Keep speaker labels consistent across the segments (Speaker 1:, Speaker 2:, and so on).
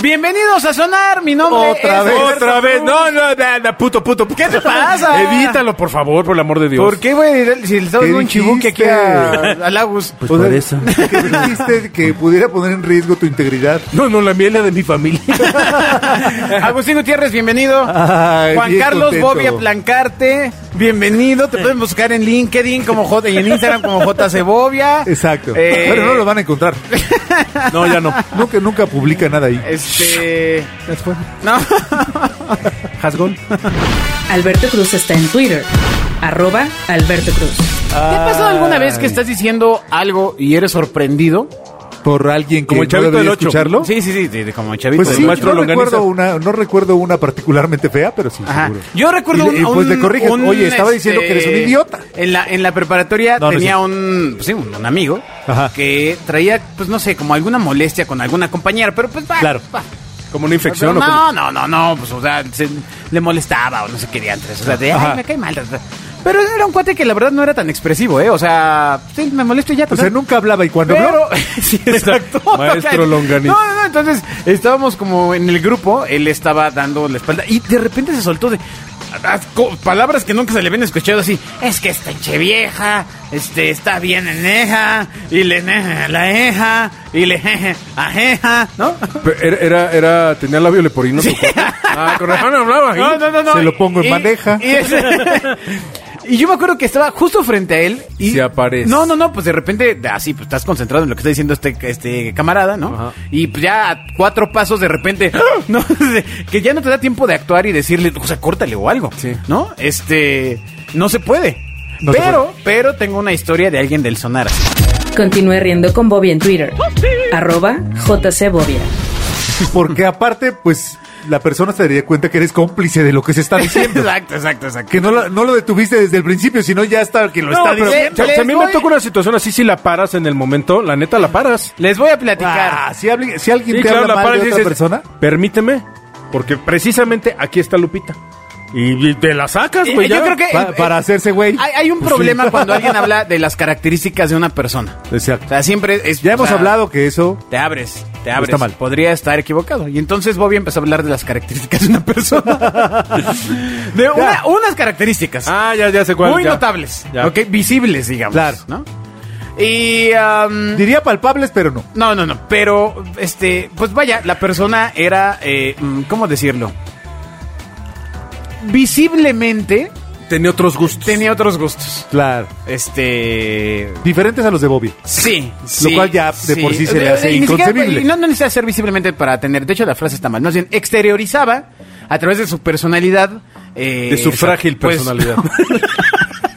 Speaker 1: Bienvenidos a Sonar, mi nombre
Speaker 2: Otra
Speaker 1: es
Speaker 2: vez,
Speaker 1: Alberto
Speaker 2: otra vez.
Speaker 1: Cruz.
Speaker 2: No, no, no, no, puto, puto. ¿Qué te
Speaker 1: pasa?
Speaker 2: Evítalo, por favor, por el amor de Dios.
Speaker 1: ¿Por qué, güey? Si le estamos
Speaker 3: ¿Qué
Speaker 1: dando un chibuque aquí
Speaker 3: dijiste?
Speaker 1: a, a Lagus.
Speaker 4: Pues
Speaker 3: O sea,
Speaker 4: por eso.
Speaker 3: ¿Qué dijiste que pudiera poner en riesgo tu integridad?
Speaker 2: No, no, la miel es de mi familia.
Speaker 1: Agustín Gutiérrez, bienvenido.
Speaker 3: Ay,
Speaker 1: Juan
Speaker 3: Ah, bien
Speaker 1: Carlos
Speaker 3: contento.
Speaker 1: Bobia Plancarte, bienvenido. Te pueden buscar en LinkedIn como J y en Instagram como JC Bobia.
Speaker 3: Exacto.
Speaker 1: Eh,
Speaker 3: Pero no lo van a encontrar.
Speaker 2: No, ya no.
Speaker 3: Nunca, nunca publica nada ahí.
Speaker 1: Este. No.
Speaker 2: Hasgón.
Speaker 5: Alberto Cruz está en Twitter, arroba Alberto Cruz.
Speaker 1: ¿Te ha pasado alguna vez que estás diciendo algo y eres sorprendido?
Speaker 3: Por alguien que
Speaker 2: Como el
Speaker 3: no
Speaker 2: chavito
Speaker 3: debería
Speaker 2: del ocho.
Speaker 3: escucharlo.
Speaker 1: Sí, sí, sí, de- como chavito.
Speaker 3: Pues
Speaker 2: el
Speaker 3: sí, no
Speaker 2: maestro Longaniza.
Speaker 3: recuerdo, una, no recuerdo una particularmente fea, pero sí,
Speaker 1: Ajá.
Speaker 3: seguro.
Speaker 1: Yo recuerdo
Speaker 3: Y le- y pues le corriges, oye, estaba
Speaker 1: este,
Speaker 3: diciendo que eres un idiota.
Speaker 1: En la, en la preparatoria
Speaker 3: No, no es
Speaker 1: tenía
Speaker 3: cierto.
Speaker 1: un, pues sí, un, un amigo
Speaker 3: Ajá.
Speaker 1: que traía, pues no sé, como alguna molestia con alguna compañera, pero pues va.
Speaker 2: Claro.
Speaker 1: va.
Speaker 2: Como una infección. o como-
Speaker 1: no, no, no, no, pues o sea, se- le molestaba o no se quería antes. O sea, de, ay, me cae mal. Pero era un cuate que la verdad no era tan expresivo, ¿eh? O sea, sí, me molesto y ya.
Speaker 3: O sea, nunca hablaba y cuando habló,
Speaker 1: Pero, sí, exacto.
Speaker 2: Maestro Longaniz.
Speaker 1: No, no, no, entonces estábamos como en el grupo, él estaba dando la espalda y de repente se soltó de ah, co- palabras que nunca se le habían escuchado así. Es que esta hinche vieja, este, está bien eneja, y le neja, la eja, y le jeje, ajeja, ¿no?
Speaker 2: Pero Era, era, era, tenía labio leporino.
Speaker 1: Sí.
Speaker 2: tu cuate. Ah, con razón hablaba. ¿eh?
Speaker 1: No, no, no, no.
Speaker 3: Se lo pongo en
Speaker 1: Y-
Speaker 3: bandeja.
Speaker 1: Y, ese- y yo me acuerdo que estaba justo frente a él y
Speaker 2: Se aparece.
Speaker 1: No, no, no, pues de repente así pues estás concentrado en lo que está diciendo este este camarada, ¿no?
Speaker 2: Ajá.
Speaker 1: Y pues ya a cuatro pasos de repente ¡ah! no que ya no te da tiempo de actuar y decirle, o sea, córtale o algo,
Speaker 2: Sí.
Speaker 1: ¿no? Este no se puede.
Speaker 3: No se
Speaker 1: pero pero tengo una historia de alguien del sonar. así.
Speaker 5: Continúe riendo con Bobia en Twitter, arroba JC Bobia.
Speaker 3: porque aparte, pues, la persona se daría cuenta que eres cómplice de lo que se está diciendo.
Speaker 1: exacto, exacto, exacto.
Speaker 3: que no, la- no lo detuviste desde el principio, sino ya está que lo
Speaker 2: No,
Speaker 3: está
Speaker 2: pero,
Speaker 3: diciendo.
Speaker 2: o sea,
Speaker 1: les
Speaker 2: si a mí
Speaker 1: voy-
Speaker 2: me toca una situación así, si la paras en el momento, la neta la paras.
Speaker 1: Les voy a platicar.
Speaker 3: Ah, si, habli- si alguien
Speaker 2: Sí,
Speaker 3: te
Speaker 2: claro,
Speaker 3: habla
Speaker 2: la
Speaker 3: mal
Speaker 2: paras
Speaker 3: de
Speaker 2: y
Speaker 3: otra
Speaker 2: dices,
Speaker 3: persona,
Speaker 2: Permíteme, porque precisamente aquí está Lupita. Y y te la sacas,
Speaker 1: Eh,
Speaker 2: güey.
Speaker 1: yo
Speaker 2: ya.
Speaker 1: creo que-
Speaker 3: pa-
Speaker 1: eh,
Speaker 3: para
Speaker 1: eh,
Speaker 3: hacerse güey.
Speaker 1: Hay, hay un
Speaker 3: Pues sí.
Speaker 1: problema cuando alguien habla de las características de una persona. O
Speaker 3: Exacto.
Speaker 1: sea, siempre es.
Speaker 3: Ya
Speaker 1: o
Speaker 3: hemos
Speaker 1: sea,
Speaker 3: hablado que eso
Speaker 1: Te abres, te abres.
Speaker 3: Está mal.
Speaker 1: Podría estar equivocado. Y entonces Bobby empezó a hablar de las características de una persona. de una- unas características.
Speaker 2: Ah, ya, ya sé cuál.
Speaker 1: muy
Speaker 2: ya.
Speaker 1: notables.
Speaker 2: Ya.
Speaker 1: ¿Ok? Visibles, digamos.
Speaker 3: Claro.
Speaker 1: ¿no? Y. am,
Speaker 3: diría palpables, pero no.
Speaker 1: no, no, no. Pero, este. Pues vaya, la persona era. eh, mm, ¿Cómo decirlo? Visiblemente
Speaker 2: Tenía otros gustos.
Speaker 1: tenía otros gustos.
Speaker 3: Claro.
Speaker 1: Este.
Speaker 3: Diferentes a los de Bobby.
Speaker 1: Sí,
Speaker 3: Lo cual ya de por sí se le hace
Speaker 1: Y ni siquiera-
Speaker 3: inconcebible.
Speaker 1: y no, no necesita ser visiblemente para tener. De hecho, la frase está mal. Más bien, exteriorizaba a través de su personalidad. eh,
Speaker 2: De su frágil
Speaker 1: pues,
Speaker 2: personalidad.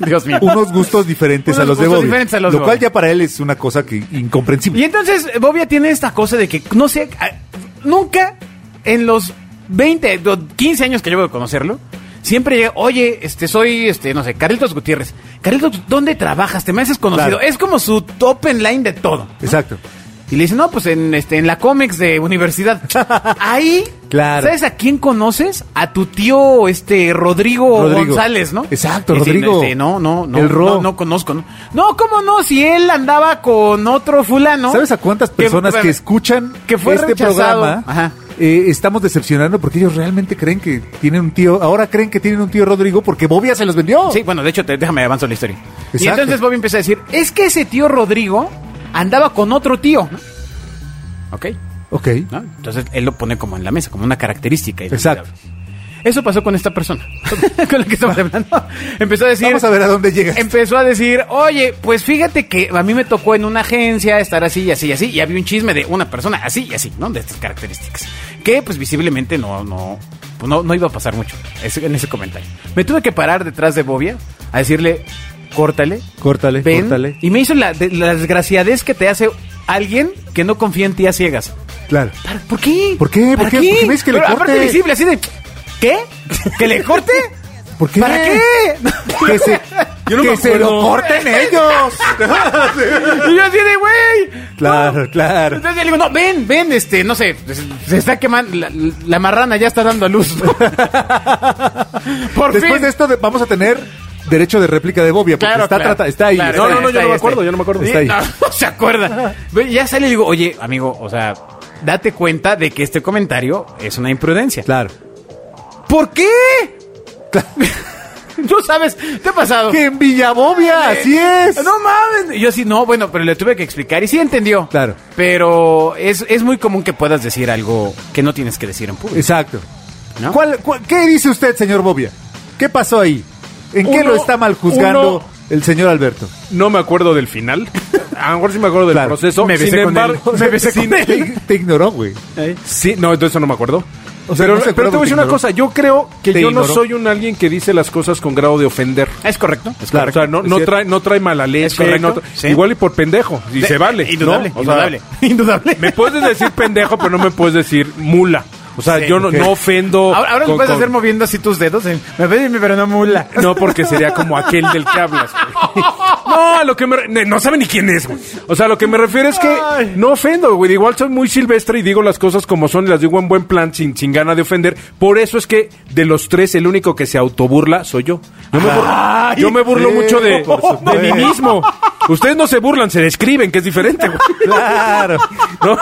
Speaker 1: Dios mío.
Speaker 3: Unos gustos diferentes
Speaker 1: Unos
Speaker 3: a los de
Speaker 1: gustos
Speaker 3: Bobby.
Speaker 1: diferentes a los
Speaker 3: lo
Speaker 1: de
Speaker 3: cual
Speaker 1: Bobby.
Speaker 3: ya para él es una cosa que incomprensible.
Speaker 1: Y entonces, Bobia tiene esta cosa de que, no sé, a- nunca en los 20, o 15 años que llevo de conocerlo, siempre llega, oye, este, soy, este, no sé, Carlitos Gutiérrez. Carlitos, ¿dónde trabajas? Te me haces conocido.
Speaker 3: Claro.
Speaker 1: Es como su top en line de todo. ¿no?
Speaker 3: Exacto.
Speaker 1: Y le dice, no, pues en, este, en la cómics de universidad. Ahí,
Speaker 3: Claro.
Speaker 1: ¿sabes a quién conoces? A tu tío, este, Rodrigo,
Speaker 3: Rodrigo.
Speaker 1: González, ¿no?
Speaker 3: Exacto,
Speaker 1: Y dice,
Speaker 3: Rodrigo.
Speaker 1: este, no, no, no,
Speaker 3: El Ro.
Speaker 1: no, no conozco, ¿no? No, ¿cómo no? Si él andaba con otro fulano.
Speaker 3: ¿Sabes a cuántas personas que, escuchan
Speaker 1: que fue
Speaker 3: este
Speaker 1: rechazado?
Speaker 3: programa
Speaker 1: Ajá.
Speaker 3: eh, estamos decepcionando porque ellos realmente creen que tienen un tío, ahora creen que tienen un tío Rodrigo porque Bobia se los vendió.
Speaker 1: Sí, bueno, de hecho, te- déjame avanzo la historia. Y
Speaker 3: Exacto.
Speaker 1: entonces Bobby empieza a decir, es que ese tío Rodrigo andaba con otro tío, ¿no? ¿Ok?
Speaker 3: Ok.
Speaker 1: ¿no? Entonces él lo pone como en la mesa, como una característica.
Speaker 3: Exacto.
Speaker 1: Eso pasó con esta persona, con la que estamos hablando. Empezó a decir...
Speaker 3: Vamos a ver a dónde llegas.
Speaker 1: Empezó a decir, oye, pues fíjate que a mí me tocó en una agencia estar así y así y así, y había un chisme de una persona así y así, ¿no? De estas características. Que pues visiblemente no, no, pues, no, no iba a pasar mucho ese- en ese comentario. Me tuve que parar detrás de Bobia a decirle, córtale,
Speaker 3: Córtale,
Speaker 1: ven.
Speaker 3: córtale.
Speaker 1: Y me hizo la, de- la desgraciadez que te hace alguien que no confía en ti a ciegas.
Speaker 3: Claro.
Speaker 1: ¿Para- ¿Por qué?
Speaker 3: ¿Por qué?
Speaker 1: ¿Para
Speaker 3: ¿Por qué? Porque me dices que le
Speaker 1: Pero aparte
Speaker 3: corte.
Speaker 1: visible, así de, ¿qué? ¿Que le corte?
Speaker 3: ¿Por qué?
Speaker 1: ¿Para qué?
Speaker 3: Que se,
Speaker 2: Yo no
Speaker 3: que
Speaker 2: me
Speaker 3: se lo
Speaker 2: acuerdo.
Speaker 3: corten ellos.
Speaker 1: Y yo así de, güey.
Speaker 3: Claro, claro.
Speaker 1: Entonces yo le digo, no, ven, ven, este, no sé, se, se está quemando, la, la marrana ya está dando a luz. ¿no? Por
Speaker 3: Después
Speaker 1: fin.
Speaker 3: de esto de- vamos a tener derecho de réplica de Bobia, porque
Speaker 1: Claro,
Speaker 3: está,
Speaker 1: claro.
Speaker 3: trata- está ahí.
Speaker 1: Claro,
Speaker 3: está
Speaker 2: No, no,
Speaker 3: ahí,
Speaker 2: no, yo no
Speaker 3: está
Speaker 2: me
Speaker 3: ahí, está
Speaker 2: acuerdo,
Speaker 3: ahí.
Speaker 2: yo no me acuerdo.
Speaker 3: pues, Está ahí.
Speaker 1: No, no se acuerda. Ve, Ya sale y digo, oye, amigo, o sea, date cuenta de que este comentario es una imprudencia.
Speaker 3: Claro.
Speaker 1: ¿Por qué? Tú sabes, te ha pasado.
Speaker 3: Que en Villabobia, así es.
Speaker 1: No mames. Y Yo sí, no, bueno, pero le tuve que explicar y sí entendió.
Speaker 3: Claro.
Speaker 1: Pero es, es muy común que puedas decir algo que no tienes que decir en público.
Speaker 3: Exacto.
Speaker 1: ¿No?
Speaker 3: ¿Cuál- cuál- qué dice usted, señor Bobia? ¿Qué pasó ahí? ¿En qué
Speaker 2: Uno-
Speaker 3: lo está mal juzgando
Speaker 2: uno-
Speaker 3: el señor Alberto?
Speaker 2: No me acuerdo del final. A lo mejor sí me acuerdo del
Speaker 3: Claro.
Speaker 2: proceso.
Speaker 1: Me besé
Speaker 2: Sin
Speaker 1: con
Speaker 2: embargo,
Speaker 1: él.
Speaker 2: me besé
Speaker 3: Sí,
Speaker 2: con él.
Speaker 3: Te, te ignoró, güey.
Speaker 2: Sí, no, entonces no me acuerdo.
Speaker 3: O sea,
Speaker 2: pero,
Speaker 3: no se
Speaker 2: pero
Speaker 3: acuerda
Speaker 2: te voy a decir
Speaker 3: porque
Speaker 2: una cosa, yo creo que
Speaker 3: Te
Speaker 2: yo no
Speaker 3: ignoró.
Speaker 2: soy un alguien que dice las cosas con grado de ofender.
Speaker 1: Es correcto. Es
Speaker 3: Claro.
Speaker 2: o sea, no,
Speaker 3: es
Speaker 2: no
Speaker 3: cierto.
Speaker 2: trae, no trae mala leche.
Speaker 1: correcto,
Speaker 2: no tra-
Speaker 1: sí.
Speaker 2: Igual y por pendejo. Y
Speaker 1: De-
Speaker 2: se vale. ¿no?
Speaker 1: Indudable,
Speaker 2: O sea,
Speaker 1: indudable. indudable.
Speaker 2: me puedes decir pendejo, pero no me puedes decir mula. O sea,
Speaker 1: Sí,
Speaker 2: yo no,
Speaker 1: ok.
Speaker 2: no ofendo.
Speaker 1: Ahora, ahora lo
Speaker 2: con-
Speaker 1: puedes
Speaker 2: con-
Speaker 1: hacer moviendo así tus dedos. eh. Me ves, pero no mula.
Speaker 2: No, porque sería como aquel del que hablas. güey. No, a lo que me re- ne- No sabe ni quién es, güey. O sea, lo que me refiero es que
Speaker 1: Ay.
Speaker 2: no ofendo, güey. Igual soy muy silvestre y digo las cosas como son y las digo en buen plan, sin, sin gana de ofender. Por eso es que de los tres, el único que se autoburla soy yo. Yo me, bur- yo me burlo
Speaker 3: sí,
Speaker 2: mucho de,
Speaker 3: por supuesto.
Speaker 2: de mí mismo. Ustedes no se burlan, se describen, que es diferente, güey.
Speaker 3: Claro.
Speaker 2: ¿No?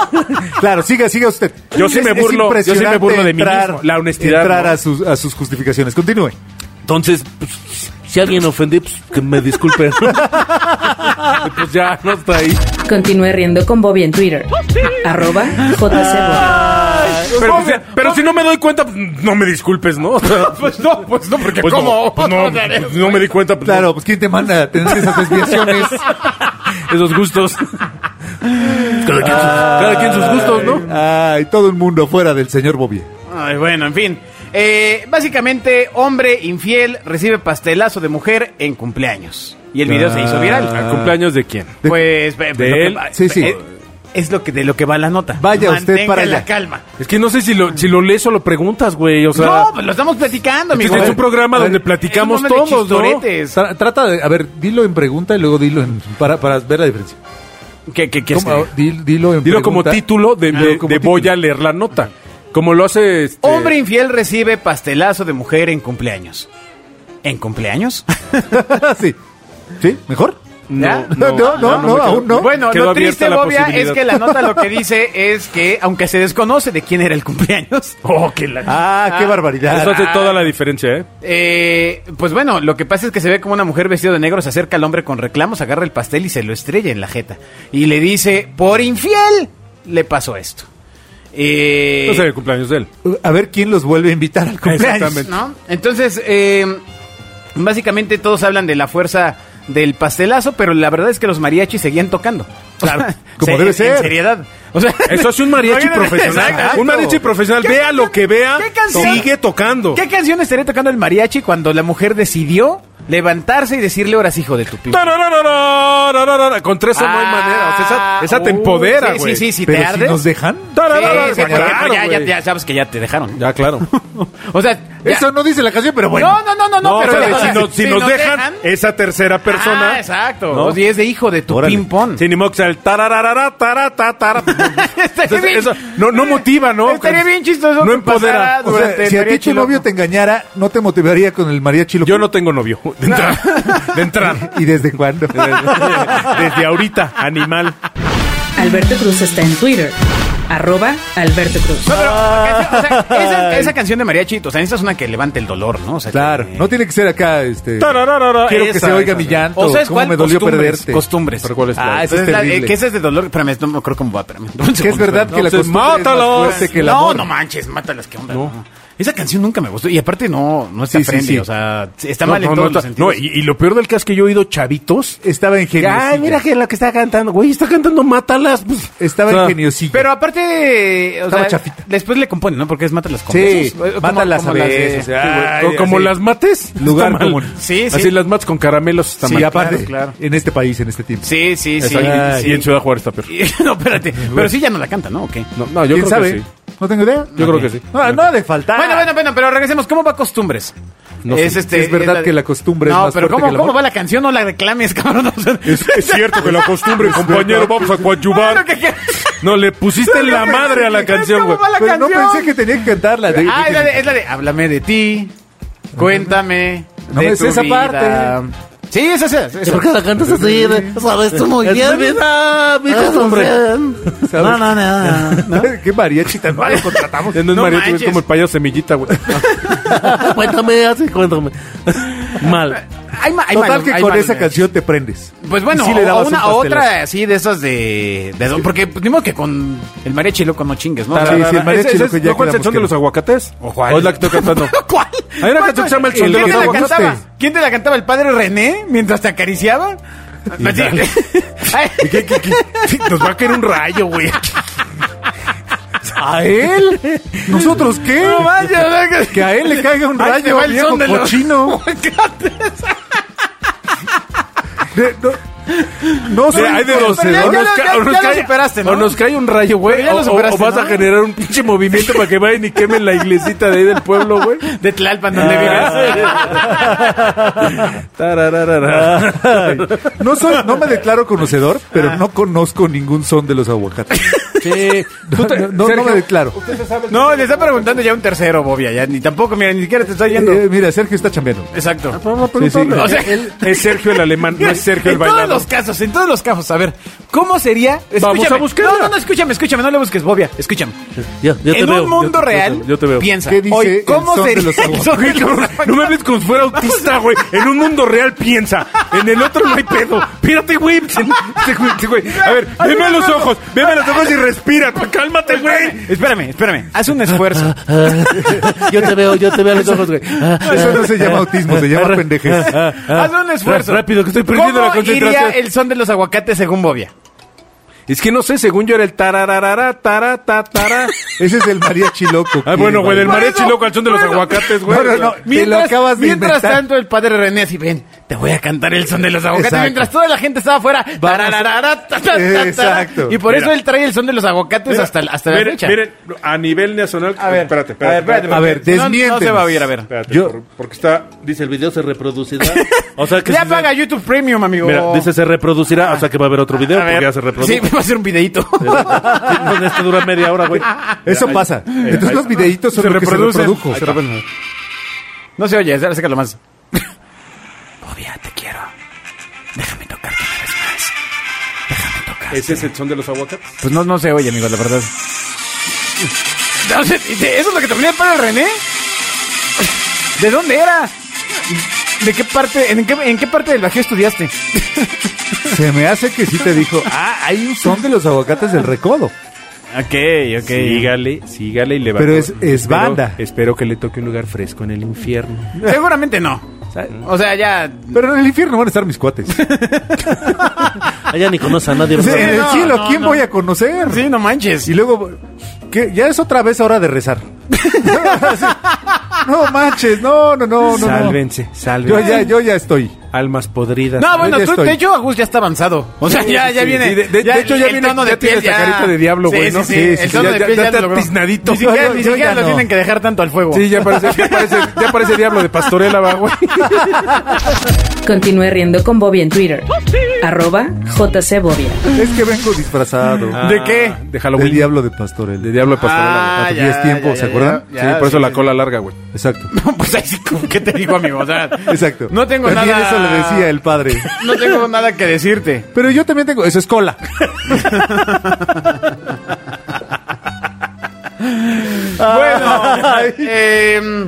Speaker 3: Claro, siga, siga usted.
Speaker 2: Yo sí me burlo, yo sí me
Speaker 3: impresionante
Speaker 2: burlo de mí mismo, la honestidad,
Speaker 3: Entrar
Speaker 2: ¿no?
Speaker 3: a, sus, a sus justificaciones. Continúe.
Speaker 2: Entonces, pues, si alguien ofende, pues que me disculpe. pues ya, no está ahí.
Speaker 5: Continúe riendo con Bobia en Twitter. Arroba JCBobia.
Speaker 2: Pero, pues, ya, pero si no me doy cuenta, pues, no me disculpes, ¿no? pues no, pues no, porque
Speaker 1: ¿cómo?
Speaker 2: pues No, pues, no me di cuenta. pues,
Speaker 3: Claro, pues ¿quién te manda? Tenés esas desviaciones.
Speaker 2: no. Esos gustos. cada, quien sus, cada quien sus gustos, ¿no?
Speaker 3: Ay, todo el mundo fuera del señor Bobia.
Speaker 1: Ay, bueno, en fin. Eh, básicamente, hombre infiel recibe pastelazo de mujer en cumpleaños. Y el video se hizo
Speaker 2: ¿Al
Speaker 1: viral.
Speaker 2: Ah, cumpleaños de quién?
Speaker 1: Pues, ve-
Speaker 2: de
Speaker 1: lo que
Speaker 2: él.
Speaker 1: va-
Speaker 3: Sí, sí.
Speaker 1: eh, Es lo que de lo que va la nota.
Speaker 3: Vaya usted
Speaker 1: Mantenga
Speaker 3: para
Speaker 1: la
Speaker 3: allá.
Speaker 1: calma.
Speaker 2: Es que no sé si lo, si lo lees o lo preguntas, güey. O sea,
Speaker 1: no, pues lo estamos platicando,
Speaker 2: es que
Speaker 1: amigo.
Speaker 2: este es un programa donde platicamos
Speaker 1: Es un momento de
Speaker 2: todos, ¿no?
Speaker 1: chistoretes.
Speaker 3: Tra- trata de, a ver, dilo en pregunta y luego dilo en, para, para ver la diferencia.
Speaker 1: ¿Qué, qué, qué es?
Speaker 2: este?
Speaker 3: ¿Cómo? Dil- dilo en
Speaker 2: Dilo como
Speaker 3: pregunta.
Speaker 2: título de,
Speaker 3: Ah,
Speaker 2: de,
Speaker 3: como
Speaker 2: de
Speaker 3: título.
Speaker 2: voy a leer la nota. Como lo hace... este-
Speaker 1: Hombre infiel recibe pastelazo de mujer en cumpleaños. ¿En cumpleaños?
Speaker 3: sí. ¿Sí? ¿Mejor?
Speaker 2: No,
Speaker 3: no,
Speaker 2: no,
Speaker 3: no, no,
Speaker 2: no,
Speaker 3: aún no.
Speaker 1: Bueno,
Speaker 2: Quedó
Speaker 1: lo
Speaker 2: abierta
Speaker 1: triste,
Speaker 2: la
Speaker 1: Bobia,
Speaker 2: posibilidad.
Speaker 1: es que la nota lo que dice es que, aunque se desconoce de quién era el cumpleaños,
Speaker 2: Oh, qué la...
Speaker 3: Ah, qué barbaridad.
Speaker 2: Eso hace toda la diferencia, ¿eh?
Speaker 1: eh, pues bueno, lo que pasa es que se ve como una mujer vestida de negro se acerca al hombre con reclamos, agarra el pastel y se lo estrella en la jeta. Y le dice, por infiel, le pasó esto. Eh,
Speaker 2: No sé, el cumpleaños de él.
Speaker 3: A ver quién los vuelve a invitar al cumpleaños.
Speaker 2: Exactamente.
Speaker 1: ¿no? Entonces, eh, básicamente todos hablan de la fuerza del pastelazo, pero la verdad es que los mariachis seguían tocando. Claro,
Speaker 3: como debe ser.
Speaker 1: En seriedad. O sea,
Speaker 2: Eso es un mariachi
Speaker 1: Imagínate,
Speaker 2: profesional.
Speaker 1: exacto.
Speaker 2: Un mariachi profesional,
Speaker 1: ¿Qué
Speaker 2: vea
Speaker 1: canción-
Speaker 2: lo que vea,
Speaker 1: qué canción-
Speaker 2: sigue tocando.
Speaker 1: ¿Qué canción estaría tocando el mariachi cuando la mujer decidió levantarse y decirle ahora sí, hijo de tu pibe?
Speaker 2: Tarararararararara. Con tres no hay
Speaker 1: Ah,
Speaker 2: manera. O sea, esa, esa te
Speaker 1: uh,
Speaker 2: empodera,
Speaker 1: sí,
Speaker 2: güey.
Speaker 1: sí, sí, sí, te
Speaker 3: Pero si
Speaker 1: ardes.
Speaker 3: nos dejan.
Speaker 2: Tararara,
Speaker 1: Sí, sí, porque
Speaker 2: claro,
Speaker 1: ya, ya,
Speaker 2: güey.
Speaker 1: ya sabes que ya te dejaron.
Speaker 2: Ya, claro.
Speaker 1: O sea, ya-
Speaker 3: Eso no dice la canción, pero bueno.
Speaker 1: no, no, no, no, no,
Speaker 2: No,
Speaker 1: pero
Speaker 2: o sea,
Speaker 1: ya, o sea,
Speaker 2: si, nos, si nos dejan, esa tercera persona.
Speaker 1: Ah, exacto.
Speaker 2: ¿no?
Speaker 1: O sea, es de hijo de tu
Speaker 3: Órale.
Speaker 1: ping-pong.
Speaker 2: Sí, ni modo que sea el tarararara, tarata, tara.
Speaker 1: Estaría bien-
Speaker 2: Eso- no, no motiva, ¿no?
Speaker 1: Estaría bien chistoso
Speaker 2: No
Speaker 1: que
Speaker 2: empodera.
Speaker 1: pasara
Speaker 3: O sea,
Speaker 1: Ah, durante el
Speaker 3: si a ti
Speaker 1: mariachi
Speaker 3: tu novio
Speaker 1: loco.
Speaker 3: te engañara, ¿no te motivaría con el mariachi loco?
Speaker 2: Yo no tengo novio. De entrada. De entrada.
Speaker 3: ¿Y desde cuándo?
Speaker 2: Desde ahorita, animal.
Speaker 5: Alberto Cruz está en Twitter. Arroba Alberto Cruz.
Speaker 1: No, pero,
Speaker 2: Ah.
Speaker 1: o sea, esa, esa canción de mariachi, o sea, esa es una que levante el dolor, ¿no? O sea,
Speaker 3: claro,
Speaker 1: que-
Speaker 3: no tiene que ser acá, este...
Speaker 2: Tarararara,
Speaker 3: Quiero que
Speaker 2: esa,
Speaker 3: se
Speaker 2: esa,
Speaker 3: oiga
Speaker 2: Oh,
Speaker 3: mi
Speaker 2: esa.
Speaker 3: llanto,
Speaker 1: O sabes
Speaker 3: cómo
Speaker 1: cuál
Speaker 3: me dolió
Speaker 1: costumbres,
Speaker 3: perderte.
Speaker 1: costumbres.
Speaker 2: ¿Pero cuál es la-
Speaker 3: Ah, esa es
Speaker 1: Entonces, la-
Speaker 3: terrible.
Speaker 1: eh, que esa es de dolor, espérame, no me acuerdo cómo va, espérame. dame un
Speaker 3: Que es
Speaker 1: segundo,
Speaker 3: verdad que la
Speaker 2: Entonces,
Speaker 3: costumbre es más
Speaker 2: mátalos.
Speaker 3: fuerte que el
Speaker 1: no,
Speaker 3: amor.
Speaker 1: no manches, mátalas, ¿qué onda? No. Esa canción nunca me gustó. Y aparte no, no está
Speaker 3: Sí, sí,
Speaker 1: friendly,
Speaker 3: sí.
Speaker 1: o sea, está mal en todos los
Speaker 2: está- no,
Speaker 1: sentidos.
Speaker 2: y, y lo peor del caso es que yo he oído chavitos.
Speaker 3: Estaba
Speaker 2: que,
Speaker 3: ingenioso.
Speaker 2: Ay, mira que la que está cantando, güey, está cantando Mátalas. pues".
Speaker 3: Estaba
Speaker 2: O sea,
Speaker 3: ingeniosillo.
Speaker 1: Pero aparte, o
Speaker 3: Estaba
Speaker 1: sea,
Speaker 3: chafita.
Speaker 1: después le componen, ¿no? Porque es mátalas con
Speaker 3: Sí,
Speaker 1: besos. Eh, como-
Speaker 3: mátalas
Speaker 1: como
Speaker 3: a
Speaker 1: las-
Speaker 3: besos,
Speaker 1: sí,
Speaker 3: o
Speaker 2: Ay,
Speaker 1: güey.
Speaker 2: co-
Speaker 3: sí,
Speaker 2: como
Speaker 3: sí.
Speaker 2: las mates.
Speaker 3: Lugar
Speaker 2: está mal.
Speaker 3: común.
Speaker 1: Sí, sí.
Speaker 2: Así las mates con caramelos está
Speaker 3: Sí,
Speaker 2: mal.
Speaker 1: claro,
Speaker 3: aparte,
Speaker 1: claro.
Speaker 3: en este país, en este tiempo.
Speaker 1: Sí, sí, sí.
Speaker 2: Exacto,
Speaker 1: sí.
Speaker 2: Y en Ciudad Juárez está peor.
Speaker 1: Y- no, espérate. Pero sí ya no la canta, ¿no? ¿O qué?
Speaker 2: No, no, yo
Speaker 3: ¿Quién
Speaker 2: creo
Speaker 3: sabe?
Speaker 2: que sí.
Speaker 3: No tengo idea.
Speaker 2: Yo creo que sí.
Speaker 3: No, no ha de faltar.
Speaker 1: Bueno, bueno, bueno, pero regresemos. ¿Cómo va costumbres? este,
Speaker 3: No sé. Es verdad
Speaker 1: de-
Speaker 3: que la costumbre es
Speaker 1: No,
Speaker 3: más
Speaker 1: pero
Speaker 3: fuerte
Speaker 1: ¿cómo,
Speaker 3: que el
Speaker 1: ¿cómo
Speaker 3: amor?
Speaker 1: va la canción? No la reclames, cabrón. O sea,
Speaker 2: Es, es cierto que la costumbre, compañero, vamos a
Speaker 1: Bueno,
Speaker 2: coadyuvar.
Speaker 1: que- que-
Speaker 2: No, le pusiste la madre a la canción,
Speaker 1: ¿Cómo
Speaker 2: güey.
Speaker 1: va la
Speaker 3: Pero no
Speaker 1: canción?
Speaker 3: pensé que tenía que cantarla. De-
Speaker 1: Ah,
Speaker 3: de-
Speaker 1: es la, de, es la de Háblame de ti, cuéntame,
Speaker 3: No
Speaker 1: de
Speaker 3: me sé
Speaker 1: tu
Speaker 3: esa
Speaker 1: vida.
Speaker 3: parte.
Speaker 1: Sí, esa es esa.
Speaker 4: ¿Y por qué la cantas así? ¿Sabes tú muy bien?
Speaker 3: vida, mi
Speaker 4: Ah, hombre. No,
Speaker 3: ¿Sabes?
Speaker 4: no, no. no.
Speaker 3: Qué mariachi tan malo contratamos.
Speaker 2: Ya no es
Speaker 1: No
Speaker 2: mariachi,
Speaker 1: manches.
Speaker 2: es como el payaso semillita, güey.
Speaker 4: cuéntame, así, cuéntame. Mal.
Speaker 1: Hay ma- hay
Speaker 3: Total
Speaker 1: malos,
Speaker 3: que
Speaker 1: hay
Speaker 3: con
Speaker 1: malos
Speaker 3: esa
Speaker 1: de-
Speaker 3: canción te prendes.
Speaker 1: Pues bueno,
Speaker 3: Y sí le
Speaker 1: o-
Speaker 3: dabas
Speaker 1: o
Speaker 3: un
Speaker 1: una o
Speaker 3: pastelazo.
Speaker 1: otra así de esas de. de don- porque pues, ni modo que con el mariachi loco no chingues, ¿no? O sea,
Speaker 3: sí, el
Speaker 2: Ese-
Speaker 3: mariachi
Speaker 2: ese
Speaker 3: lo que
Speaker 2: es-
Speaker 3: ya
Speaker 2: ¿no cuál es el
Speaker 3: quedamos
Speaker 2: son
Speaker 3: que
Speaker 2: de los
Speaker 3: no.
Speaker 2: aguacates?
Speaker 1: ¿O cuál?
Speaker 2: es la que estoy cantando?
Speaker 1: ¿Cuál?
Speaker 2: Hay una canción que se llama El
Speaker 1: ¿Quién
Speaker 2: Soldado
Speaker 1: te la
Speaker 2: Aguacates.
Speaker 1: cantaba? ¿Quién te la cantaba? ¿El padre René mientras te acariciaba? Así. Ay,
Speaker 2: ¿Qué- qué- qué? Sí, Nos va a caer un rayo, güey.
Speaker 3: ¿A él? ¿Nosotros qué?
Speaker 1: no manches, no,
Speaker 3: Que a él le caiga un
Speaker 1: Ahí te
Speaker 3: rayo,
Speaker 1: va el
Speaker 3: viejo
Speaker 1: son de los
Speaker 3: cochino. De- no, no soy
Speaker 2: Hay de los-
Speaker 1: pero ya-
Speaker 2: o
Speaker 1: ya lo-
Speaker 2: nos ca-
Speaker 1: ya-
Speaker 2: o nos
Speaker 1: ya lo
Speaker 2: cae-
Speaker 1: superaste, ¿no?
Speaker 2: O nos cae un rayo, güey.
Speaker 1: Pero ya
Speaker 2: O,
Speaker 1: lo
Speaker 2: o- o
Speaker 1: superaste,
Speaker 2: vas a
Speaker 1: ¿no?
Speaker 2: generar un pinche movimiento para que vayan y quemen la iglesita de ahí del pueblo, güey.
Speaker 1: De Tlalpan, donde vives.
Speaker 2: Ah. Tarararara.
Speaker 3: No soy, no me declaro conocedor, pero no conozco ningún son de los aguacates.
Speaker 2: Sí.
Speaker 3: No, no, no
Speaker 2: Sergio,
Speaker 3: me declaro.
Speaker 1: No, le está preguntando ya un tercero, Bobia. Ya ni tampoco, mira, ni siquiera te está yendo.
Speaker 3: Eh, mira, Sergio está chambeando.
Speaker 4: Ah,
Speaker 1: Exacto.
Speaker 4: pues,
Speaker 3: Sí, sí.
Speaker 1: O sea,
Speaker 2: Es Sergio el alemán, no es Sergio el
Speaker 1: en todos
Speaker 2: bailador.
Speaker 1: los casos, en todos los casos. A ver, ¿cómo sería?
Speaker 2: Vamos
Speaker 1: Escúchame.
Speaker 2: a buscarla.
Speaker 1: No, no, no, escúchame, escúchame, no le busques, Bobia. Escúchame.
Speaker 4: Yo, yo te
Speaker 1: en
Speaker 4: veo,
Speaker 1: un mundo
Speaker 4: yo te-
Speaker 1: real,
Speaker 2: yo te veo.
Speaker 1: piensa.
Speaker 3: ¿Qué dice
Speaker 1: hoy,
Speaker 3: el
Speaker 1: ¿Cómo
Speaker 3: son de
Speaker 1: sería
Speaker 3: los
Speaker 1: el son de los
Speaker 2: No me hables como si fuera autista, güey. En un mundo real piensa. En el otro no hay pedo. Espérate, güey. Este güey, este güey. A ver, veme a los ojos. Veme a los ojos y respira. Cálmate, güey.
Speaker 1: Espérame, espérame. Haz un esfuerzo.
Speaker 4: Yo te veo, yo te veo a los ojos, güey. Ah.
Speaker 3: Eso no se llama autismo, se llama pendejez.
Speaker 1: Haz un esfuerzo.
Speaker 2: Ah, Rápido, que estoy perdiendo la
Speaker 1: ¿Cómo
Speaker 2: concentración.
Speaker 1: iría el son de los aguacates según Bobia?
Speaker 2: Es que no sé, según yo era el tarararara, tarata, tará.
Speaker 3: Ese es el mariachi loco.
Speaker 2: Ah, bueno, güey, del
Speaker 1: Por
Speaker 2: mariachi
Speaker 1: eso,
Speaker 2: loco al son de los
Speaker 1: bueno.
Speaker 2: aguacates, güey. Ah.
Speaker 3: No, no, no. Te lo acabas de
Speaker 1: mientras
Speaker 3: inventar.
Speaker 1: tanto, el padre René así, ven, te voy a cantar el son de los aguacates.
Speaker 3: Exacto.
Speaker 1: Mientras toda la gente estaba afuera. tararara, ta, ta, ta, ta.
Speaker 3: Exacto.
Speaker 1: Y por eso
Speaker 2: Mira.
Speaker 1: él trae el son de los aguacates
Speaker 2: Mira,
Speaker 1: hasta, la- hasta la
Speaker 2: miren,
Speaker 1: fecha.
Speaker 2: Miren, a nivel nacional. A ver, espérate, espérate. espérate,
Speaker 3: A ver,
Speaker 1: No- No,
Speaker 3: desmiéntenos.
Speaker 1: se va a oír, a ver.
Speaker 2: espérate,
Speaker 3: yo-
Speaker 2: por- porque está.
Speaker 4: Dice, el video se reproducirá. O sea que...
Speaker 1: Ya
Speaker 4: si-
Speaker 1: paga YouTube Premium, amigo.
Speaker 4: Mira, dice, se reproducirá, o sea que va a haber otro video
Speaker 1: Oh. A ver.
Speaker 4: porque ya se reproduce.
Speaker 1: Sí, va a ser un videíto.
Speaker 4: Entonces, Este dura media hora, güey.
Speaker 3: Eso pasa. Entonces
Speaker 2: ahí-
Speaker 3: los videitos son
Speaker 1: se
Speaker 3: lo que se
Speaker 1: reproducen.
Speaker 3: reprodujo.
Speaker 1: Ahí está. No se oye, sácalo más. Bobia, te quiero. Déjame tocarte una vez más. Déjame tocar.
Speaker 2: Ese es el son de los aguacates.
Speaker 1: Eh, Pues no, no se oye, amigo, la verdad. No sé, dice, ¿Eso es lo que te ponía el padre René? ¿De dónde era? ¿De qué parte, en qué, en qué parte del Bajío estudiaste?
Speaker 3: Se me hace que sí te dijo, ah, hay un son de los aguacates del recodo.
Speaker 1: Ok, ok.
Speaker 2: Sígale, sígale y le va
Speaker 3: Pero
Speaker 2: a-
Speaker 3: es- es
Speaker 2: espero-
Speaker 3: banda.
Speaker 2: Espero que le toque un lugar fresco en el infierno.
Speaker 1: Seguramente no. O sea, ya...
Speaker 3: Pero en el infierno van a estar mis cuates.
Speaker 4: Allá ni conoce a nadie.
Speaker 3: Sí, en
Speaker 4: ¿verdad?
Speaker 3: el
Speaker 1: no,
Speaker 3: cielo,
Speaker 1: no,
Speaker 3: ¿quién
Speaker 1: no.
Speaker 3: voy a conocer?
Speaker 1: Sí, no manches.
Speaker 3: Y luego, que ya es otra vez hora de rezar. no manches, no, no, no, no, no.
Speaker 2: Sálvense,
Speaker 3: Yo
Speaker 2: sálvense.
Speaker 3: ya, yo ya estoy.
Speaker 2: Almas podridas.
Speaker 1: No, bueno,
Speaker 3: ya
Speaker 1: tú,
Speaker 3: estoy.
Speaker 1: de hecho, Agus ya está avanzado. O sea, ya, ya
Speaker 2: sí,
Speaker 1: viene.
Speaker 2: sí, de- de- de hecho, ya
Speaker 1: el
Speaker 2: viene-
Speaker 1: tono
Speaker 2: ya
Speaker 1: de
Speaker 2: tiene
Speaker 1: piel
Speaker 2: esta
Speaker 1: ya-
Speaker 2: carita de diablo, güey,
Speaker 1: Sí,
Speaker 2: ¿no?
Speaker 1: sí,
Speaker 2: Sí,
Speaker 1: sí,
Speaker 2: sí,
Speaker 1: El
Speaker 2: sí,
Speaker 1: tono
Speaker 2: ya-
Speaker 1: de
Speaker 2: ya-
Speaker 1: piel
Speaker 2: ya
Speaker 1: ya,
Speaker 2: está
Speaker 1: lo logró.
Speaker 2: tiznadito.
Speaker 1: Ni siquiera,
Speaker 3: Yo-
Speaker 1: ni
Speaker 3: yo
Speaker 1: siquiera
Speaker 3: ya
Speaker 1: lo
Speaker 3: no.
Speaker 1: tienen que dejar tanto al fuego.
Speaker 2: Sí, ya parece, ya parece, ya parece diablo de pastorela, va, güey.
Speaker 5: Continúe riendo con Bobia en Twitter. Arroba JC Bobia.
Speaker 3: Es que vengo disfrazado.
Speaker 1: ¿De qué?
Speaker 2: Ah, De
Speaker 3: El
Speaker 2: Halloween.
Speaker 3: diablo de pastorel.
Speaker 2: De diablo de pastorela.
Speaker 1: Ah,
Speaker 3: A tu
Speaker 1: ya,
Speaker 3: diez tiempo,
Speaker 1: ya,
Speaker 3: ¿se
Speaker 1: ya,
Speaker 3: acuerdan?
Speaker 2: güey.
Speaker 1: ya,
Speaker 2: sí,
Speaker 1: ya,
Speaker 2: por eso
Speaker 1: sí,
Speaker 2: la
Speaker 1: sí.
Speaker 2: cola larga, güey.
Speaker 3: Exacto.
Speaker 1: No, pues ahí sí, como, ¿qué te digo, amigo? O sea,
Speaker 3: Exacto.
Speaker 1: No tengo
Speaker 3: También
Speaker 1: nada.
Speaker 3: eso le decía el padre.
Speaker 1: No tengo nada que decirte.
Speaker 3: Pero yo también tengo, eso es cola.
Speaker 1: Bueno, eh,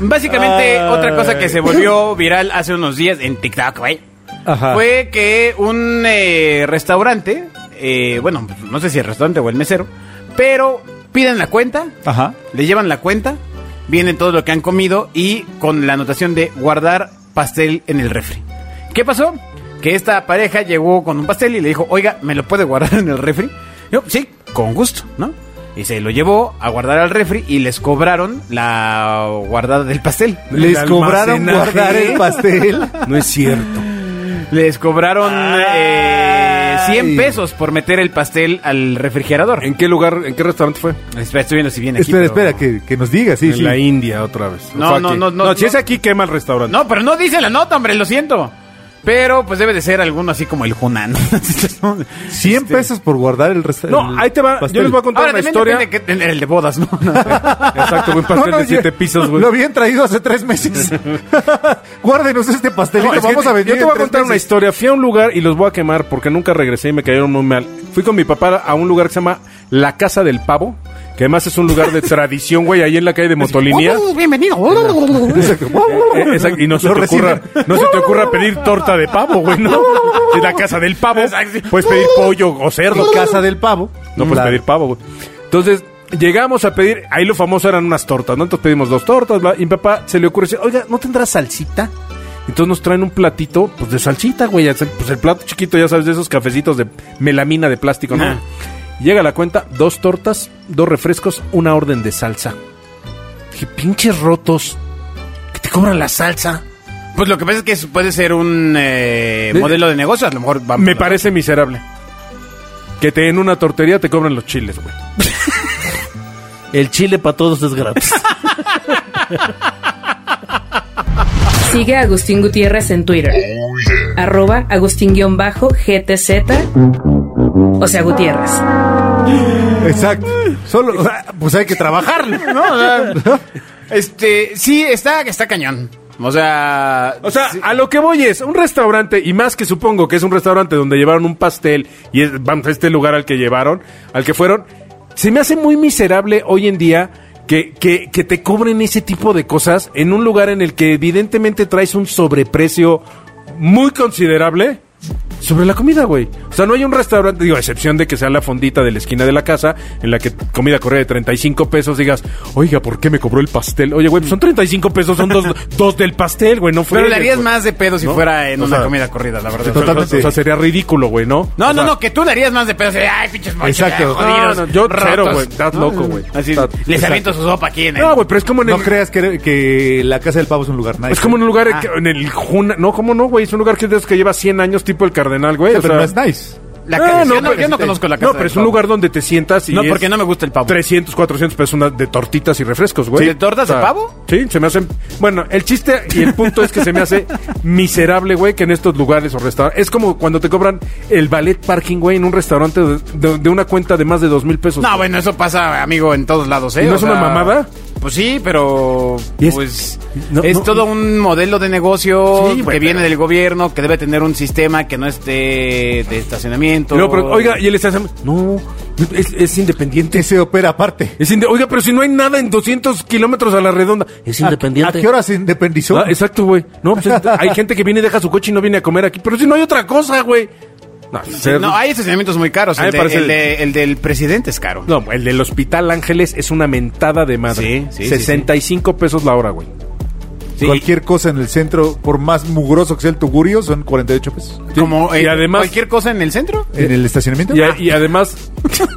Speaker 1: básicamente otra cosa que se volvió viral hace unos días en TikTok, güey,
Speaker 3: Ajá.
Speaker 1: fue que un eh, restaurante, eh, bueno, no sé si el restaurante o el mesero, pero piden la cuenta,
Speaker 3: Ajá.
Speaker 1: le llevan la cuenta, viene todo lo que han comido y con la anotación de guardar pastel en el refri. ¿Qué pasó? Que esta pareja llegó con un pastel y le dijo, oiga, ¿me lo puede guardar en el refri? Yo, sí, con gusto, ¿no? Y se lo llevó a guardar al refri y les cobraron la guardada del pastel.
Speaker 3: Les
Speaker 2: El
Speaker 3: cobraron
Speaker 2: almacenaje.
Speaker 3: guardar el pastel.
Speaker 2: No es cierto.
Speaker 1: Les cobraron eh, 100
Speaker 3: Ay.
Speaker 1: pesos por meter el pastel al refrigerador.
Speaker 2: ¿En qué lugar, en qué restaurante fue?
Speaker 1: Espera, estoy viendo si viene aquí.
Speaker 3: espera,
Speaker 1: pero-
Speaker 3: espera, que, que nos diga, sí,
Speaker 2: en
Speaker 3: sí.
Speaker 2: la India otra vez.
Speaker 1: No,
Speaker 2: Fue
Speaker 1: no,
Speaker 2: aquí.
Speaker 1: no, no,
Speaker 2: No, si
Speaker 1: no.
Speaker 2: es aquí, quema el restaurante.
Speaker 1: No, pero no dice la nota, hombre, lo siento. Pero pues debe de ser alguno así como el Hunan.
Speaker 3: 100 pesos por guardar el resta-
Speaker 2: No,
Speaker 3: el
Speaker 2: ahí te va. Yo
Speaker 3: pastel.
Speaker 2: les voy a contar
Speaker 1: Ahora
Speaker 2: una
Speaker 1: también
Speaker 2: historia.
Speaker 1: depende que- el de bodas, ¿no?
Speaker 2: Exacto, güey, un pastel
Speaker 3: No, no,
Speaker 2: de siete
Speaker 3: yo-
Speaker 2: pisos, güey.
Speaker 3: Lo habían traído hace tres meses. Guárdenos este pastelito,
Speaker 2: No, es que
Speaker 3: vamos a vender.
Speaker 2: Yo te voy a
Speaker 3: en tres
Speaker 2: contar una
Speaker 3: meses.
Speaker 2: historia. Fui a un lugar y los voy a quemar porque nunca regresé y me cayeron muy mal. Fui con mi papá a un lugar que se llama La Casa del Pavo, que además es un lugar de tradición, güey, ahí en la calle de Motolinía.
Speaker 1: Bienvenido.
Speaker 2: Eh, exacto, y no se,
Speaker 3: Lo
Speaker 2: te ocurra,
Speaker 3: reciben.
Speaker 2: no se te ocurra pedir torta de pavo, güey, ¿no? En la casa del pavo puedes pedir pollo o cerdo.
Speaker 3: En casa del pavo.
Speaker 2: No puedes
Speaker 3: Claro.
Speaker 2: pedir pavo, güey. Entonces, llegamos a pedir, ahí lo famoso eran unas tortas, ¿no? Entonces pedimos dos tortas, bla, y mi papá se le ocurre decir, oiga, ¿no tendrá salsita? Entonces nos traen un platito, pues de salsita, güey. ya sabes, Pues el plato chiquito, ya sabes, de esos cafecitos de melamina de plástico, ¿no? Llega la cuenta, dos tortas, dos refrescos, una orden de salsa. Dije, pinches rotos, que te cobran la salsa.
Speaker 1: Pues lo que pasa es que eso puede ser un eh,
Speaker 2: De-
Speaker 1: modelo de negocio, a lo mejor va-
Speaker 2: Me parece miserable. Que te en una tortería te cobran los chiles, güey.
Speaker 4: El chile para todos es gratis.
Speaker 5: Sigue a Agustín Gutiérrez en Twitter. Arroba Agustín-GTZ. O sea, Gutiérrez.
Speaker 3: Exacto. Solo, o sea, pues hay que trabajarle.
Speaker 1: No, o sea, este, sí, está, está cañón. O sea,
Speaker 2: O sea, a lo que voy es un restaurante, y más que supongo que es un restaurante donde llevaron un pastel, y es, vamos, este lugar al que llevaron, al que fueron, se me hace muy miserable hoy en día que, que, que te cobren ese tipo de cosas en un lugar en el que evidentemente traes un sobreprecio muy considerable sobre la comida, güey. O sea, no hay un restaurante, digo, a excepción de que sea la fondita de la esquina de la casa, en la que comida correa de 35 pesos, digas, oiga, ¿por qué me cobró el pastel? Oye, güey, pues son 35 pesos, son dos, dos del pastel, güey, no fue.
Speaker 1: pero le harías más de pedo si fuera en
Speaker 2: O
Speaker 1: una
Speaker 2: sea,
Speaker 1: comida corrida, la verdad.
Speaker 3: total-
Speaker 2: Totalmente. O sea, sería ridículo, güey, ¿no?
Speaker 1: No,
Speaker 2: O
Speaker 1: no,
Speaker 2: sea,
Speaker 1: no, que tú le harías más de pedo. así, Ay, pinches mochos,
Speaker 3: Exacto.
Speaker 1: ya, jodidos,
Speaker 2: No, no, yo cero,
Speaker 1: rotos".
Speaker 2: güey, estás loco, güey.
Speaker 1: Así,
Speaker 2: Estás-
Speaker 1: les
Speaker 2: exacto.
Speaker 1: aviento su sopa aquí en el...
Speaker 2: No, güey, pero es como en
Speaker 3: No
Speaker 2: el-
Speaker 3: creas que, que la casa del pavo es un lugar nice.
Speaker 2: Es como en un lugar que- en el Juna- No, ¿cómo no, güey? Es un lugar que, es de esos que lleva 100 años, tipo el Cardenal, güey.
Speaker 3: Sí,
Speaker 2: o
Speaker 3: pero
Speaker 2: sea-
Speaker 3: no es nice.
Speaker 1: La
Speaker 2: Ah,
Speaker 1: casa- yo, no,
Speaker 2: pero-
Speaker 1: yo no conozco la casa
Speaker 2: No, pero
Speaker 1: del
Speaker 2: es un
Speaker 1: pavo.
Speaker 2: lugar donde te sientas y
Speaker 1: No,
Speaker 2: es
Speaker 1: porque no me gusta el pavo.
Speaker 2: 300, 400 pesos una de tortitas y refrescos, güey. Ah.
Speaker 1: ¿Sí, de tortas de pavo?
Speaker 2: Sí, se me hacen... Bueno, el chiste y el punto es que se me hace miserable, güey, que en estos lugares o restaurantes... Es como cuando te cobran el ballet parking, güey, en un restaurante de, de- de una cuenta de más de dos mil pesos.
Speaker 1: No, bueno, eso pasa, amigo, en todos lados, ¿eh?
Speaker 2: ¿Y no
Speaker 1: O
Speaker 2: es una
Speaker 1: sea,
Speaker 2: mamada?
Speaker 1: Pues sí, pero
Speaker 2: Y es-
Speaker 1: pues
Speaker 2: no,
Speaker 1: es
Speaker 2: no,
Speaker 1: todo
Speaker 2: no.
Speaker 1: un modelo de negocio
Speaker 2: Sí,
Speaker 1: que
Speaker 2: güey,
Speaker 1: viene
Speaker 2: pero-
Speaker 1: del gobierno, que debe tener un sistema que no esté de estacionamiento.
Speaker 2: No, pero, oiga, y él está... No, es, es independiente.
Speaker 3: Ese opera aparte.
Speaker 2: Es inde- Oiga, pero si no hay nada en 200 kilómetros a la redonda.
Speaker 1: Ah,
Speaker 4: Es
Speaker 3: ¿A
Speaker 4: independiente.
Speaker 3: qué hora se independizó?
Speaker 2: Ah, exacto, güey. No, pues, es- hay gente que viene y deja su coche y no viene a comer aquí. Pero si no hay otra cosa, güey. No,
Speaker 1: Sí,
Speaker 2: ser-
Speaker 1: no, hay estacionamientos muy caros.
Speaker 2: A mí
Speaker 1: El, de-
Speaker 2: me parece-
Speaker 1: el de- el del presidente es caro.
Speaker 2: No, el del Hospital Ángeles es una mentada de madre.
Speaker 1: Sí, sí,
Speaker 2: 65 pesos la hora, güey.
Speaker 1: Sí,
Speaker 3: Cualquier cosa en el centro, por más mugroso que sea el tugurio, son 48 pesos.
Speaker 1: como
Speaker 2: y
Speaker 1: eh,
Speaker 2: además-
Speaker 1: cualquier cosa en el centro.
Speaker 3: ¿En el estacionamiento?
Speaker 2: Eh, Y, a- y además,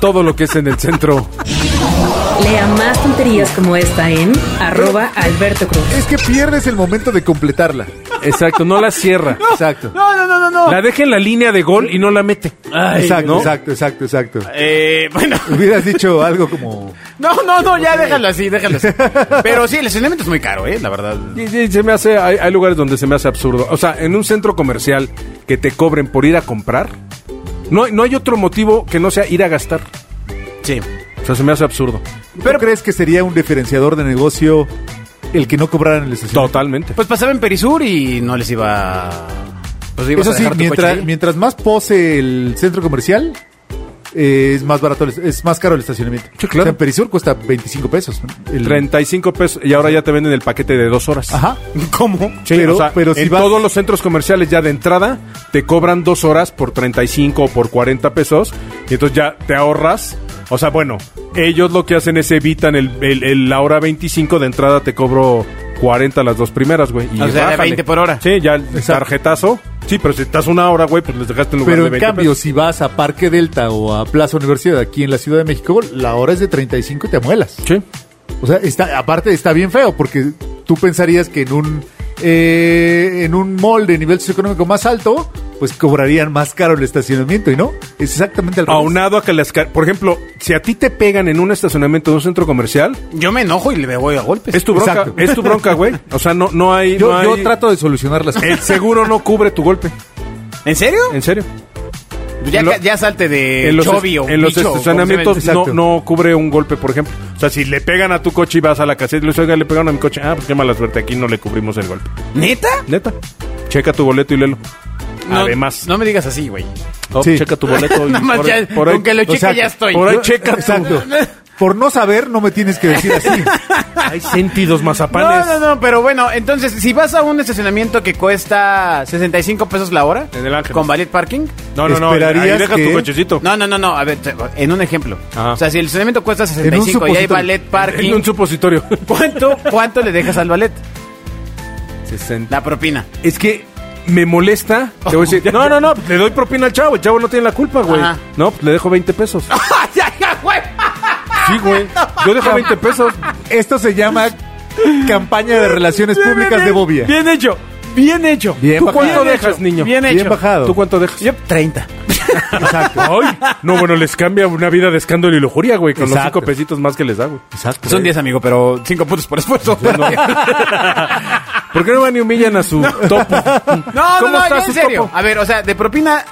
Speaker 2: todo lo que es en el centro.
Speaker 5: Lea más tonterías como esta en arroba Alberto Cruz.
Speaker 3: Es que pierdes el momento de completarla.
Speaker 2: Exacto, no la cierra.
Speaker 3: Exacto.
Speaker 1: No, no, no, no, no.
Speaker 2: La deja en la línea de gol y no la mete.
Speaker 3: exacto,
Speaker 2: ¿no?
Speaker 3: exacto, exacto, exacto.
Speaker 1: Eh, bueno,
Speaker 3: Hubieras dicho algo como...
Speaker 1: no, no, no, ya déjalo así, déjalo así. Pero sí, el estacionamiento es muy caro, ¿eh? La verdad.
Speaker 2: Y- y se me hace, hay, hay lugares donde se me hace absurdo. O sea, en un centro comercial que te cobren por ir a comprar, no, no hay otro motivo que no sea ir a gastar.
Speaker 1: Sí.
Speaker 2: O sea, se me hace absurdo.
Speaker 3: ¿Pero crees que sería un diferenciador de negocio el que no cobraran el estacionamiento?
Speaker 2: Totalmente.
Speaker 1: Pues pasaba en Perisur y no les iba. Pues ibas
Speaker 3: Eso
Speaker 1: a
Speaker 3: sí,
Speaker 1: dejar tu
Speaker 3: mientras,
Speaker 1: coche ahí.
Speaker 3: mientras más pose el centro comercial, eh, es más barato, el- es más caro el estacionamiento.
Speaker 2: Sí, claro.
Speaker 3: O sea, en Perisur cuesta 25 pesos. ¿no? El-
Speaker 2: 35 pesos y ahora ya te venden el paquete de dos horas.
Speaker 3: Ajá.
Speaker 1: ¿Cómo?
Speaker 2: Sí,
Speaker 3: pero,
Speaker 2: o sea,
Speaker 3: pero si
Speaker 2: en
Speaker 3: vas-
Speaker 2: todos los centros comerciales ya de entrada te cobran dos horas por 35 o por 40 pesos y entonces ya te ahorras. O sea, bueno, ellos lo que hacen es evitan el, el- el- la hora 25 de entrada te cobro 40 las dos primeras, güey. y
Speaker 1: O sea, de
Speaker 2: bájale.
Speaker 1: 20 por hora.
Speaker 2: Sí, ya el tarjetazo. Sí, pero si estás una hora, güey, pues les dejaste un lugar
Speaker 3: Pero
Speaker 2: de
Speaker 3: en
Speaker 2: 20
Speaker 3: cambio,
Speaker 2: pesos.
Speaker 3: si vas a Parque Delta o a Plaza Universidad aquí en la Ciudad de México, la hora es de 35 y te muelas.
Speaker 2: Sí.
Speaker 3: O sea, está, aparte está bien feo porque tú pensarías que en un eh, en un mall de nivel socioeconómico más alto pues cobrarían más caro el estacionamiento, ¿y no? Es exactamente al revés.
Speaker 2: Aunado a que las... car- Por ejemplo, si a ti te pegan en un estacionamiento de un centro comercial,
Speaker 1: Yo me enojo y le voy a golpes.
Speaker 2: es tu bronca,
Speaker 3: Exacto.
Speaker 2: es tu bronca, güey. O sea, no, no hay...
Speaker 3: Yo,
Speaker 2: no
Speaker 3: yo
Speaker 2: hay-
Speaker 3: trato de solucionar las
Speaker 2: El
Speaker 3: cosas.
Speaker 2: seguro no cubre tu golpe,
Speaker 1: ¿En serio?
Speaker 2: en serio.
Speaker 1: Ya,
Speaker 2: en lo-
Speaker 1: ca- ya salte de
Speaker 2: en los,
Speaker 1: Chovy o
Speaker 2: en los
Speaker 1: bicho,
Speaker 2: estacionamientos
Speaker 1: ¿cómo se llama?
Speaker 2: no,
Speaker 3: Exacto.
Speaker 2: no cubre un golpe, por ejemplo. O sea, si le pegan a tu coche y vas a la caseta y le dices, oiga, le pegaron a mi coche. Ah, pues qué mala suerte, aquí no le cubrimos el golpe.
Speaker 1: ¿Neta?
Speaker 2: Neta, checa tu boleto y léelo.
Speaker 1: No,
Speaker 2: Además,
Speaker 1: No me digas así, güey.
Speaker 2: Oh,
Speaker 3: Sí.
Speaker 2: checa tu boleto y
Speaker 1: Nada más
Speaker 2: por ahí-
Speaker 1: ya,
Speaker 2: por ahí-
Speaker 1: con que lo
Speaker 2: o
Speaker 1: cheque
Speaker 2: sea,
Speaker 1: ya estoy.
Speaker 2: Por ahí
Speaker 1: No,
Speaker 2: checa tu-
Speaker 3: Exacto. Por no saber, no me tienes que decir así.
Speaker 2: Hay sentidos
Speaker 1: No,
Speaker 2: mazapanes.
Speaker 1: no, no, pero bueno, entonces, si vas a un estacionamiento que cuesta 65 pesos la hora,
Speaker 2: En el Ángeles.
Speaker 1: con Valet Parking,
Speaker 2: No, no, no.
Speaker 3: Esperarías
Speaker 2: ahí dejas
Speaker 3: que-
Speaker 2: tu cochecito.
Speaker 1: No, no, no, no. A ver, te- en un ejemplo.
Speaker 2: Ajá.
Speaker 1: O sea, si el estacionamiento cuesta 65 y hay
Speaker 3: supositorio.
Speaker 1: ballet parking,
Speaker 2: En un supositorio.
Speaker 1: ¿cuánto, ¿cuánto le dejas al ballet? La propina.
Speaker 2: Es que me molesta. Te voy a decir, no, no, no, le doy propina al chavo. El chavo no tiene la culpa, güey.
Speaker 1: Ajá.
Speaker 2: No, pues le dejo 20 pesos. Sí, güey. Yo dejo 20 pesos.
Speaker 3: Esto se llama campaña de relaciones públicas de Bobia.
Speaker 2: Bien hecho. Bien hecho.
Speaker 3: Bien
Speaker 2: ¿Tú cuánto
Speaker 3: bajado.
Speaker 2: dejas, niño?
Speaker 1: Bien hecho.
Speaker 3: Bien bajado.
Speaker 2: ¿Tú cuánto dejas?
Speaker 1: Yo 30.
Speaker 3: Exacto.
Speaker 2: Ay, no, bueno, les cambia una vida de escándalo y lujuria, güey, con los
Speaker 3: Exacto.
Speaker 2: cinco pesitos más que les da, güey.
Speaker 3: Exacto.
Speaker 1: Son 10, amigo, pero 5 puntos por esfuerzo.
Speaker 2: No. ¿Por qué no van y humillan a su topo?
Speaker 1: No, no,
Speaker 2: ¿Cómo
Speaker 1: no,
Speaker 2: está
Speaker 1: yo
Speaker 2: su
Speaker 1: en serio.
Speaker 2: topo?
Speaker 1: A ver, o sea, de propina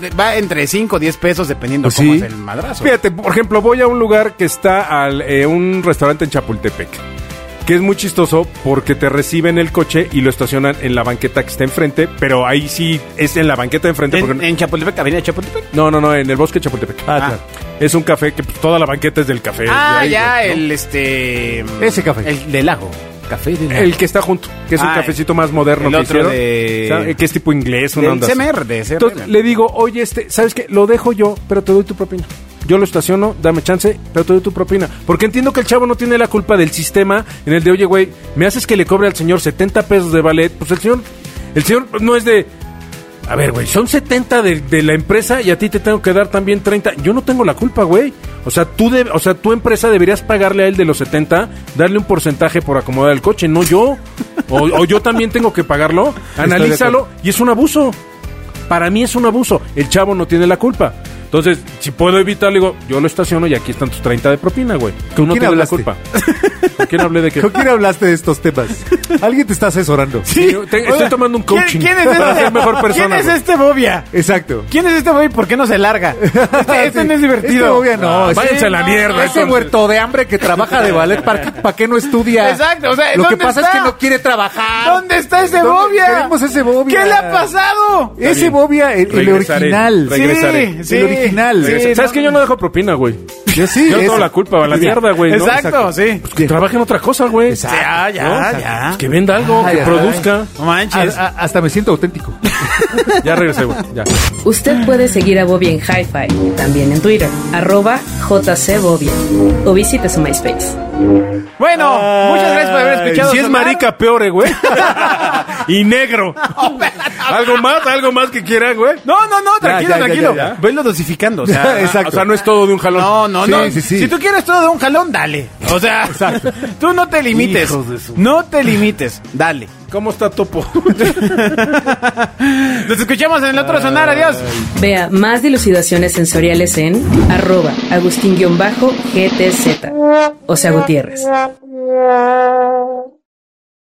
Speaker 1: eh, va entre 5 o 10 pesos dependiendo
Speaker 3: Pues
Speaker 1: cómo
Speaker 3: sí.
Speaker 1: es el madrazo.
Speaker 2: Fíjate, por ejemplo, voy a un lugar que está al eh, un restaurante en Chapultepec, que es muy chistoso porque te reciben el coche y lo estacionan en la banqueta que está enfrente, pero ahí sí es en la banqueta de enfrente.
Speaker 1: En,
Speaker 2: porque-
Speaker 1: en Chapultepec, Avenida Chapultepec.
Speaker 2: No, no, no, en el bosque de Chapultepec.
Speaker 3: Ah,
Speaker 1: claro.
Speaker 2: Es un café que pues, toda la banqueta es del café.
Speaker 1: Ah,
Speaker 2: de ahí,
Speaker 1: ya,
Speaker 2: güey, ¿no?
Speaker 1: el este.
Speaker 3: Ese café.
Speaker 1: El del lago. Café del lago.
Speaker 2: El que está junto, que es un
Speaker 1: Ah,
Speaker 2: cafecito más moderno
Speaker 1: el
Speaker 2: que
Speaker 1: otro
Speaker 2: hicieron.
Speaker 1: de-
Speaker 2: O sea, que es tipo inglés, una
Speaker 1: Del
Speaker 2: onda.
Speaker 1: CMR, de CMR.
Speaker 2: Entonces le digo, oye, este, ¿sabes qué? Lo dejo yo, pero te doy tu propina. Yo lo estaciono, dame chance, pero te doy tu propina. Porque entiendo que el chavo no tiene la culpa del sistema en el de, oye, güey, me haces que le cobre al señor 70 pesos de ballet. Pues el señor, el señor no es de. A ver, güey, son 70 de, de la empresa y a ti te tengo que dar también 30. Yo no tengo la culpa, güey. O sea, tú deb- o sea, tu empresa deberías pagarle a él de los 70, darle un porcentaje por acomodar el coche, no yo. O, o yo también tengo que pagarlo.
Speaker 3: de
Speaker 2: Analízalo y es un abuso. Para mí es un abuso. El chavo no tiene la culpa. Entonces, si puedo evitarlo, digo, yo lo estaciono y aquí están tus 30 de propina, güey. Tú no
Speaker 3: quién
Speaker 2: tienes la
Speaker 3: hablaste?
Speaker 2: culpa. ¿Con quién hablé de qué?
Speaker 3: ¿Con quién hablaste de estos temas? Alguien te está asesorando.
Speaker 2: Sí, yo te- estoy
Speaker 1: Oiga,
Speaker 2: tomando un
Speaker 1: ¿quién-
Speaker 2: coaching.
Speaker 1: ¿Quién, es
Speaker 2: para
Speaker 1: este?
Speaker 2: ser mejor persona.
Speaker 1: ¿Quién es
Speaker 2: güey.
Speaker 1: este Bobia?
Speaker 3: Exacto.
Speaker 1: ¿Quién es este Bobia y por qué no se larga? Este, este
Speaker 3: Sí.
Speaker 1: no es divertido.
Speaker 3: Este Bobia no.
Speaker 2: Ah,
Speaker 3: ese-
Speaker 2: váyanse a la mierda,
Speaker 3: Ese
Speaker 2: entonces.
Speaker 3: muerto de hambre que trabaja de ballet, ¿para qué, para qué no estudia?
Speaker 1: Exacto, o sea,
Speaker 3: Lo que
Speaker 1: ¿dónde
Speaker 3: pasa
Speaker 1: está?
Speaker 3: es que no quiere trabajar.
Speaker 1: ¿Dónde está ese
Speaker 3: ¿Dónde-
Speaker 1: Bobia?
Speaker 3: Queremos ese Bobia.
Speaker 1: ¿Qué le ha pasado?
Speaker 3: Ese
Speaker 2: bien.
Speaker 3: Bobia, el, el
Speaker 2: Regresaré,
Speaker 3: original.
Speaker 2: regresaré.
Speaker 1: Sí, sí.
Speaker 3: El original.
Speaker 1: Sí,
Speaker 2: ¿Sabes
Speaker 1: no-
Speaker 2: que yo no dejo propina, güey?
Speaker 3: Yo sí.
Speaker 2: Yo no
Speaker 3: ese.
Speaker 2: tengo la culpa, la mierda, güey. ¿no?
Speaker 1: Exacto, sí.
Speaker 2: Pues que trabaje en otra cosa, güey.
Speaker 3: Exacto.
Speaker 1: Ya, ya,
Speaker 2: ¿No?
Speaker 1: ya.
Speaker 2: Pues que venda algo,
Speaker 3: Ay,
Speaker 2: que
Speaker 3: ay.
Speaker 2: produzca.
Speaker 1: No manches.
Speaker 3: A- a- hasta me siento auténtico.
Speaker 2: Ya regresé, güey. Ya.
Speaker 5: Usted puede seguir a Bobia en Hi-Fi, también en Twitter, arroba jcbobia, o visite su MySpace.
Speaker 1: Bueno, muchas gracias por haber escuchado.
Speaker 2: Si es
Speaker 1: sonar.
Speaker 2: marica, peor, eh, güey. y negro. ¿Algo más? ¿Algo más que quieran, güey? Ah,
Speaker 1: No, no, no, tranquilo,
Speaker 3: ya, ya,
Speaker 1: tranquilo.
Speaker 3: ya, ya.
Speaker 1: Velo dosificando. O sea,
Speaker 3: Exacto.
Speaker 2: O sea, no es todo de un jalón.
Speaker 1: No, no,
Speaker 3: Sí,
Speaker 1: no.
Speaker 3: sí, sí.
Speaker 1: Si tú quieres todo de un jalón, dale. O sea, tú no te limites.
Speaker 3: Hijos de su-
Speaker 1: No te limites. Dale.
Speaker 2: ¿Cómo está Topo?
Speaker 1: Nos escuchamos en el otro sonar. Adiós.
Speaker 5: Vea más dilucidaciones sensoriales en arroba agustín-gtz, o sea Gutiérrez.
Speaker 6: Gutiérrez.